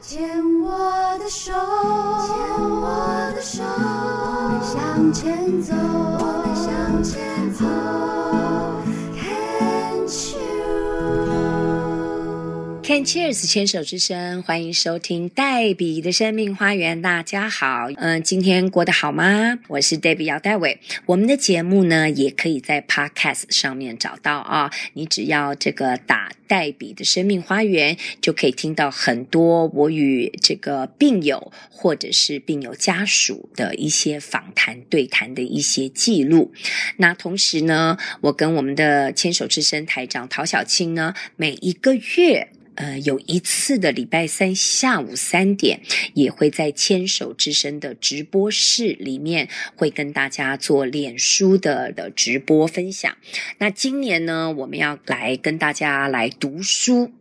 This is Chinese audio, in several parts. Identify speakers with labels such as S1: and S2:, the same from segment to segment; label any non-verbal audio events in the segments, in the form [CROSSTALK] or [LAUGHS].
S1: 牵我的手，牵我的手，我们向前走，我们向前走。Can't you？
S2: 看 Cheers 牵手之声，欢迎收听黛比的生命花园。大家好，嗯，今天过得好吗？我是 Debbie 姚黛伟。我们的节目呢，也可以在 Podcast 上面找到啊。你只要这个打“黛比的生命花园”，就可以听到很多我与这个病友或者是病友家属的一些访谈、对谈的一些记录。那同时呢，我跟我们的牵手之声台长陶小青呢，每一个月。呃，有一次的礼拜三下午三点，也会在牵手之声的直播室里面，会跟大家做脸书的的直播分享。那今年呢，我们要来跟大家来读书。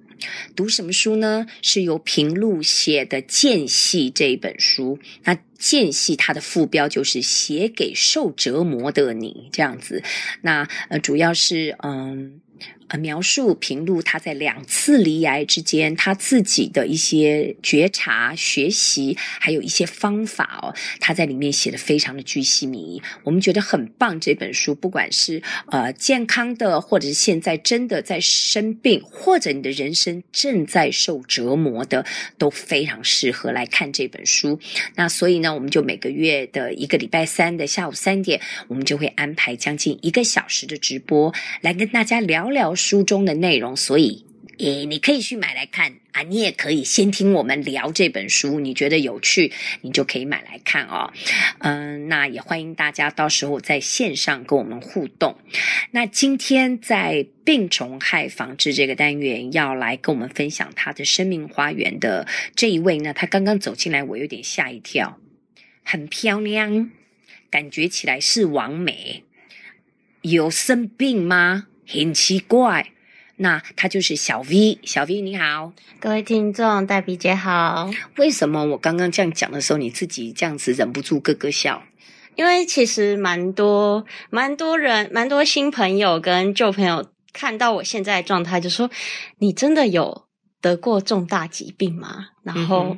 S2: 读什么书呢？是由平路写的《间隙》这一本书。那《间隙》它的副标就是“写给受折磨的你”这样子。那呃，主要是嗯。呃，描述平路他在两次离癌之间，他自己的一些觉察、学习，还有一些方法哦，他在里面写的非常的巨细靡遗，我们觉得很棒。这本书不管是呃健康的，或者是现在真的在生病，或者你的人生正在受折磨的，都非常适合来看这本书。那所以呢，我们就每个月的一个礼拜三的下午三点，我们就会安排将近一个小时的直播，来跟大家聊聊。书中的内容，所以，诶，你可以去买来看啊，你也可以先听我们聊这本书，你觉得有趣，你就可以买来看哦。嗯，那也欢迎大家到时候在线上跟我们互动。那今天在病虫害防治这个单元要来跟我们分享他的生命花园的这一位呢，他刚刚走进来，我有点吓一跳，很漂亮，感觉起来是完美，有生病吗？很奇怪，那他就是小 V，小 V 你好，
S3: 各位听众，黛比姐好。
S2: 为什么我刚刚这样讲的时候，你自己这样子忍不住咯咯笑？
S3: 因为其实蛮多、蛮多人、蛮多新朋友跟旧朋友看到我现在的状态，就说：“你真的有得过重大疾病吗？”然后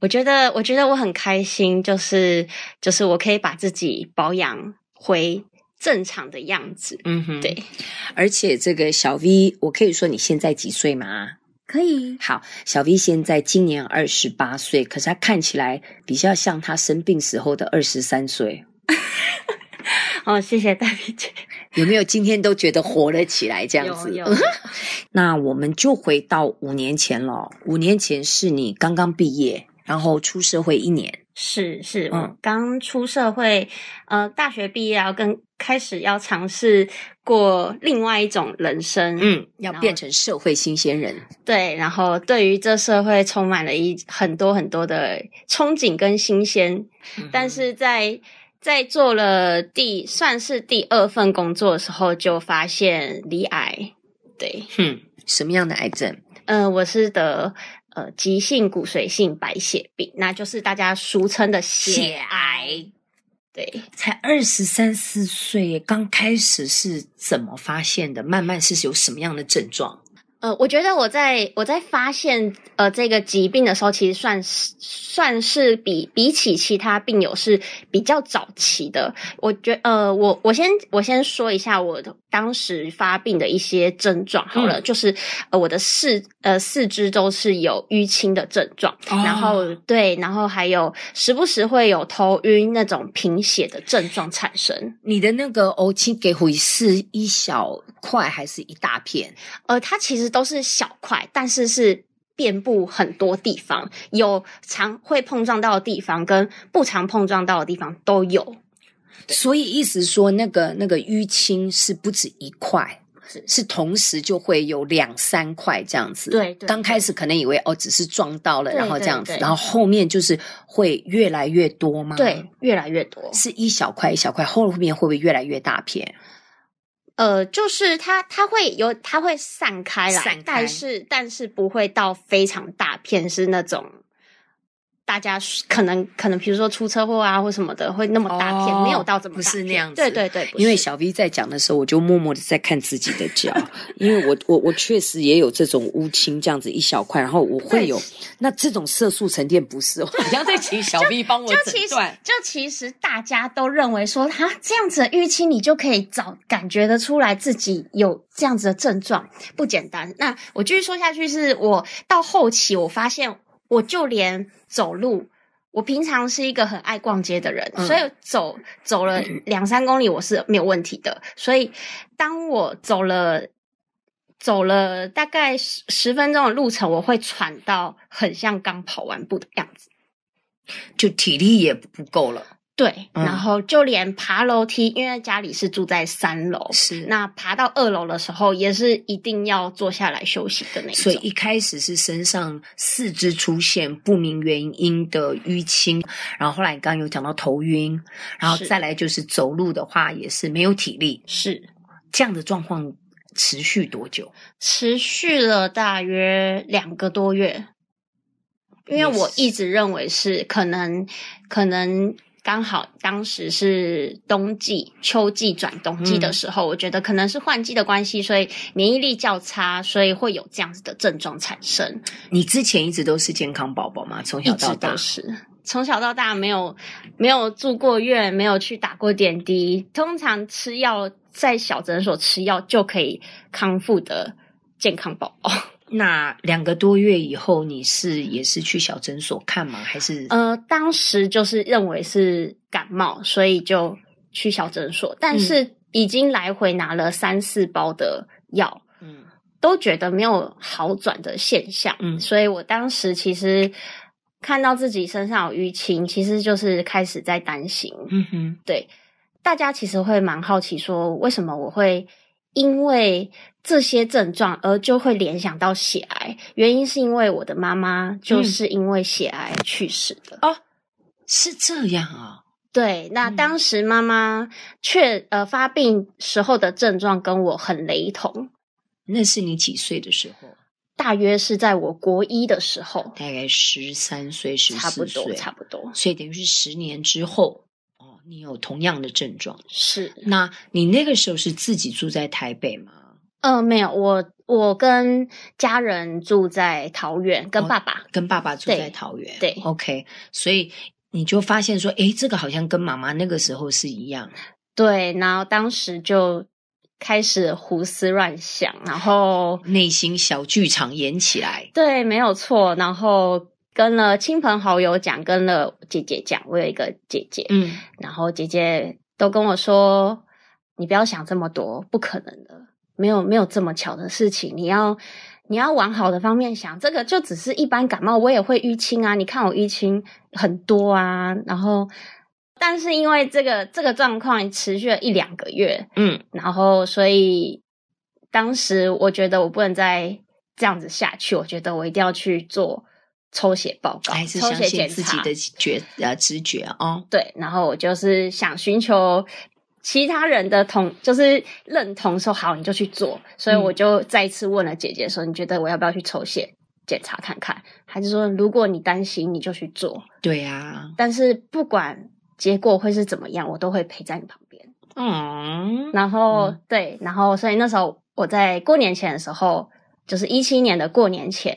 S3: 我觉得，我觉得我很开心，就是就是我可以把自己保养回。正常的样子，
S2: 嗯哼，
S3: 对。
S2: 而且这个小 V，我可以说你现在几岁吗？
S3: 可以。
S2: 好，小 V 现在今年二十八岁，可是他看起来比较像他生病时候的二十三岁。
S3: 哦，谢谢大皮姐。
S2: 有没有今天都觉得活了起来这样子？
S3: 有有
S2: 那我们就回到五年前了。五年前是你刚刚毕业，然后出社会一年。
S3: 是是，
S2: 嗯
S3: 我刚出社会，呃，大学毕业，然后跟开始要尝试过另外一种人生，
S2: 嗯，要
S3: 然后
S2: 变成社会新鲜人。
S3: 对，然后对于这社会充满了一很多很多的憧憬跟新鲜，但是
S2: 嗯
S3: 在在做了第算是第二份工作的时候，就发现离癌，对，
S2: 哼，什么样的癌症？
S3: 呃，我是得呃急性骨髓性白血病，那就是大家俗称的血癌。对，
S2: 才二十三四岁，刚开始是怎么发现的？慢慢是有什么样的症状？
S3: 呃，我觉得我在我在发现呃这个疾病的时候，其实算是算是比比起其他病友是比较早期的。我觉呃，我我先我先说一下我的当时发病的一些症状好了，就是呃我的四呃四肢都是有淤青的症状，然后对，然后还有时不时会有头晕那种贫血的症状产生。
S2: 你的那个欧青给回是一小块还是一大片？
S3: 呃，它其实都是小块，但是是遍布很多地方，有常会碰撞到的地方，跟不常碰撞到的地方都有。
S2: 所以意思说，那个那个淤青是不止一块，
S3: 是
S2: 是同时就会有两三块这样子。
S3: 对对
S2: 刚开始可能以为哦，只是撞到了，
S3: 对
S2: 然后这样子
S3: 对，对
S2: 然后后面就是会越来越多吗？
S3: 对，，越来越多。
S2: 是一小块一小块，后面会不会越来越大片？
S3: 呃，就是它，它会有，它会散开来，
S2: 散开
S3: 但是但是不会到非常大片，是那种大家可能可能，比如说出车祸啊或什么的，会那么大片，
S2: 哦
S3: 没有到这么大
S2: 不是那
S3: 片
S2: 样子
S3: 对对对，不
S2: 因为
S3: 是
S2: 小 V 在讲的时候，我就默默的在看自己的
S3: [LAUGHS]
S2: 脚，因为我我我确实也有这种乌青这样子一小块，然后我会有那这种色素沉淀不是，我好像在请小 V 帮我
S3: [LAUGHS] 就其
S2: 诊
S3: 实
S2: 断。
S3: 就其实大家都认为说，哈，这样子的预期你就可以早感觉得出来自己有这样子的症状，不简单。那我继续说下去是，我到后期我发现，我就连走路。我平常是一个很爱逛街的人，
S2: 嗯
S3: 所以走走了两三公里我是没有问题的。所以当我走了走了大概十十分钟的路程，我会喘到很像刚跑完步的样子。
S2: 就体力也不够了，
S3: 对，
S2: 嗯
S3: 然后就连爬楼梯，因为家里是住在三楼，
S2: 是
S3: 哦那爬到二楼的时候，也是一定要坐下来休息的那一种。
S2: 所以一开始是身上四肢出现不明原因的淤青，然后后来你刚刚有讲到头晕，然后
S3: 是
S2: 再来就是走路的话也是没有体力，
S3: 是
S2: 这样的状况持续多久？
S3: 持续了大约两个多月，因为
S2: Yes
S3: 我一直认为是可能，可能刚好当时是冬季、秋季转冬季
S2: 嗯
S3: 的时候，我觉得可能是换季的关系，所以免疫力较差，所以会有这样子的症状产生。
S2: 你之前一直都是健康宝宝吗？从
S3: 一
S2: 小
S3: 直
S2: 到大
S3: 都是。从小到大没有没有住过院，没有去打过点滴，通常吃药在小诊所吃药就可以康复的健康宝宝。
S2: 那两个多月以后，你是也是去小诊所看吗？还是
S3: 呃，当时就是认为是感冒，所以就去小诊所，但是
S2: 嗯
S3: 已经来回拿了三四包的药，
S2: 嗯
S3: 都觉得没有好转的现象，
S2: 嗯
S3: 所以我当时其实看到自己身上有淤青，其实就是开始在担心，
S2: 嗯哼
S3: 对，大家其实会蛮好奇说，为什么我会因为这些症状而就会联想到血癌？原因是因为我的妈妈
S2: 嗯
S3: 就是因为血癌去世的。
S2: 是这样啊、
S3: 对，那
S2: 嗯
S3: 当时妈妈确呃发病时候的症状跟我很雷同，
S2: 那是你几岁的时候？
S3: 大约是在我国一的时候，
S2: 大概十三岁、十
S3: 差不
S2: 四
S3: 多，
S2: 岁，
S3: 差不多
S2: 所以等于是十年之后哦，你有同样的症状。
S3: 是。
S2: 那你那个时候是自己住在台北吗？
S3: 呃，没有，我我跟家人住在桃园，跟
S2: 哦
S3: 爸爸。
S2: 跟爸爸住
S3: 对
S2: 在桃园，
S3: 对
S2: ，OK，所以你就发现说，诶，这个好像跟妈妈那个时候是一样。
S3: 对，然后当时就开始胡思乱想，然后
S2: 内心小剧场演起来。
S3: 对，没有错，然后跟了亲朋好友讲，跟了姐姐讲，我有一个姐姐，
S2: 嗯，
S3: 然后姐姐都跟我说，你不要想这么多，不可能的，没有没有这么巧的事情，你要。你要往好的方面想，这个就只是一般感冒，我也会淤青啊。你看我淤青很多啊，然后，但是因为这个这个状况持续了一两个月，
S2: 嗯，
S3: 然后所以当时我觉得我不能再这样子下去，我觉得我一定要去做抽血报告、
S2: 还是
S3: 抽
S2: 相
S3: 血
S2: 信
S3: 检
S2: 自己
S3: 查
S2: 的。觉呃直觉啊、哦。
S3: 对，然后我就是想寻求其他人的同，就是认同说好你就去做，所以
S2: 嗯
S3: 我就再次问了姐姐说，你觉得我要不要去抽血检查看看？还是说如果你担心你就去做，
S2: 对啊，
S3: 但是不管结果会是怎么样，我都会陪在你旁边。
S2: 嗯，
S3: 然后、
S2: 嗯
S3: 对，然后所以那时候我在过年前的时候，就是一七年的过年前，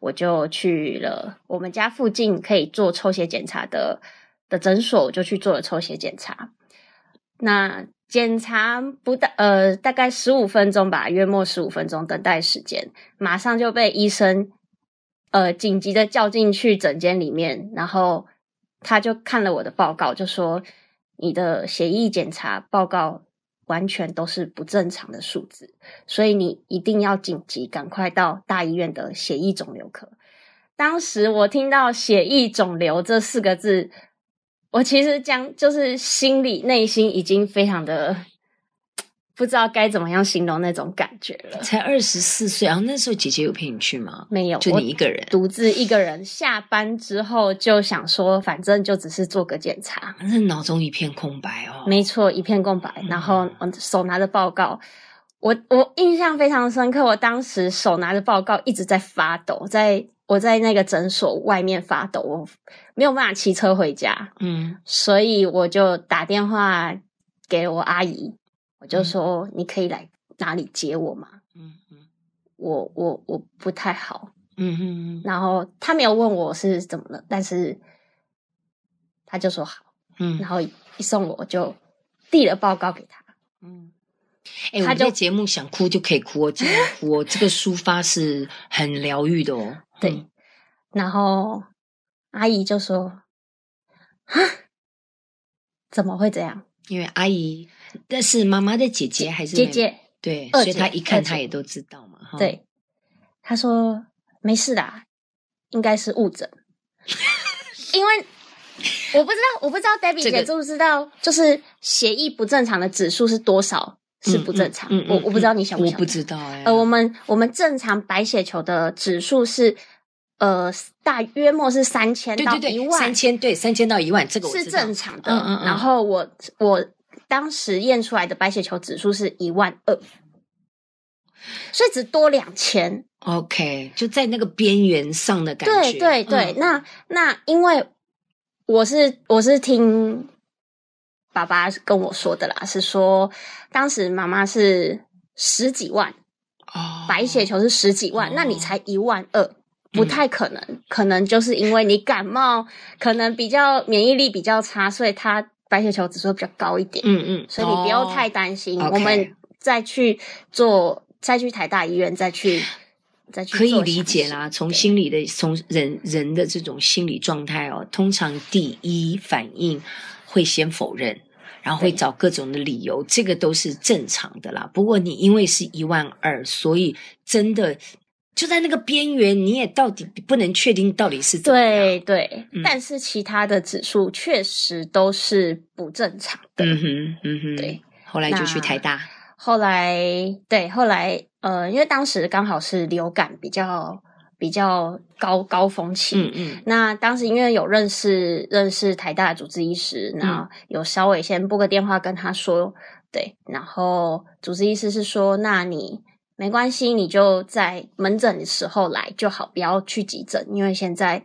S3: 我就去了我们家附近可以做抽血检查的的诊所，我就去做了抽血检查。那检查不到呃大概十五分钟吧，约莫十五分钟等待时间，马上就被医生呃紧急的叫进去诊间里面，然后他就看了我的报告，就说你的血液检查报告完全都是不正常的数字，所以你一定要紧急赶快到大医院的血液肿瘤科。当时我听到“血液肿瘤”这四个字，我其实将就是心里内心已经非常的不知道该怎么样形容那种感觉了。
S2: 才二十四岁，然后那时候姐姐有陪你去吗？
S3: 没有，
S2: 就
S3: 我
S2: 你一个人，
S3: 独自一个人下班之后就想说，反正就只是做个检查，
S2: 那脑中一片空白哦。
S3: 没错，一片空白。然后我手拿着报告，我我印象非常深刻，我当时手拿着报告一直在发抖，在我在那个诊所外面发抖，我没有办法骑车回家，
S2: 嗯
S3: 所以我就打电话给我阿姨，我就说：“你可以来哪里接我吗
S2: 嗯嗯？”
S3: 我我我不太好。
S2: 嗯嗯
S3: 然后他没有问我是怎么了，但是他就说好，
S2: 嗯
S3: 然后一送我我就递了报告给他。
S2: 嗯。哎、我
S3: 他
S2: 们在
S3: 就
S2: 节目想哭就可以哭哦，尽量哭哦。这个抒发是很疗愈的哦。
S3: 对，
S2: 嗯
S3: 然后阿姨就说：“啊，怎么会这样？
S2: 因为阿姨，但是妈妈的姐姐还是
S3: 姐
S2: 妹妹嗯
S3: 姐，
S2: 对，
S3: 二
S2: 所以
S3: 姐
S2: 她一看
S3: 二姐
S2: 她也都知道嘛。哈，
S3: 对，他说没事啦，应该是误
S2: [LAUGHS]
S3: 诊，因为我不知道，我不知道 Debbie
S2: 这个
S3: 姐知不知道，就是血液不正常的指数是多少是
S2: 嗯
S3: 不
S2: 嗯
S3: 正常，
S2: 嗯
S3: 我
S2: 嗯
S3: 我不知道你想不
S2: 我
S3: 想，
S2: 不知道哎、
S3: 呃，我们我们正常白血球的指数是呃大约莫是三千
S2: 对
S3: 到
S2: 对
S3: 一
S2: 对，
S3: 万
S2: 三千对三千到一万，这个我
S3: 是
S2: 知道
S3: 正常的。
S2: 嗯嗯嗯
S3: 然后我我当时验出来的白血球指数是一万二，所以只多两千。
S2: OK，就在那个边缘上的感
S3: 对
S2: 觉。
S3: 对对，
S2: 嗯
S3: 那那因为我是我是听爸爸跟我说的啦，是说当时妈妈是十几万，
S2: 哦，
S3: 白血球是十几万，
S2: 哦嗯
S3: 那你才一万二，不太可能。可能就是因为你感冒，可能比较免疫力比较差，所以它白血球指数比较高一点。
S2: 嗯嗯，
S3: 所以你不要
S2: 哦
S3: 太担心，
S2: OK
S3: 我们再去做，再去台大医院，再去再去
S2: 可以
S3: 做
S2: 理解
S3: 详
S2: 啦，
S3: 细
S2: 从
S3: 对
S2: 心理的从人人的这种心理状态哦，通常第一反应会先否认，然后会找各种的理由，这个都是正常的啦。不过你因为是一万二，所以真的就在那个边缘，你也到底不能确定到底是怎么样。
S3: 对对
S2: 嗯，
S3: 但是其他的指数确实都是不正常的。
S2: 嗯哼，嗯哼，
S3: 对。
S2: 后来就去
S3: 那
S2: 台大，
S3: 后来对，后来呃，因为当时刚好是流感比较比较高高峰期，
S2: 嗯嗯
S3: 那当时因为有认识认识台大的主治医师，那有稍微先拨个电话跟他说，对，然后主治医师是说，那你没关系，你就在门诊的时候来就好，不要去急诊，因为现在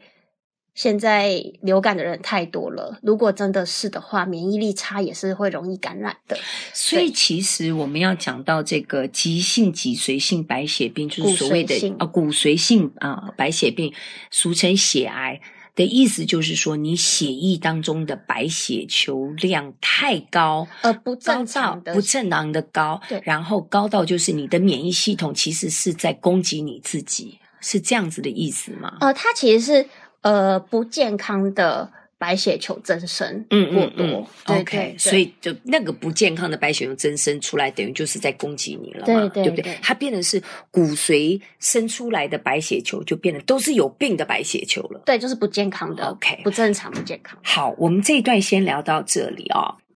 S3: 现在流感的人太多了，如果真的是的话，免疫力差也是会容易感染的。
S2: 所以其实我们要讲到这个急性脊髓性白血病，就是所谓的
S3: 骨髓性
S2: 啊骨髓性啊、白血病，俗称血癌的意思，就是说你血液当中的白血球量太高，
S3: 呃，不
S2: 高到
S3: 正常的
S2: 不正常的高
S3: 对，
S2: 然后高到就是你的免疫系统其实是在攻击你自己，是这样子的意思吗？
S3: 呃，它其实是呃不健康的白血球增生
S2: 嗯
S3: 过
S2: 嗯
S3: 多，
S2: 嗯
S3: 对
S2: ，OK，
S3: 对
S2: 所以就那个不健康的白血球增生出来，等于就是在攻击你了嘛，
S3: 对对
S2: 不对
S3: 对？
S2: 它变得是骨髓生出来的白血球，就变得都是有病的白血球了。
S3: 对，就是不健康的
S2: OK
S3: 不正常不健康。
S2: 好，我们这一段先聊到这里哦。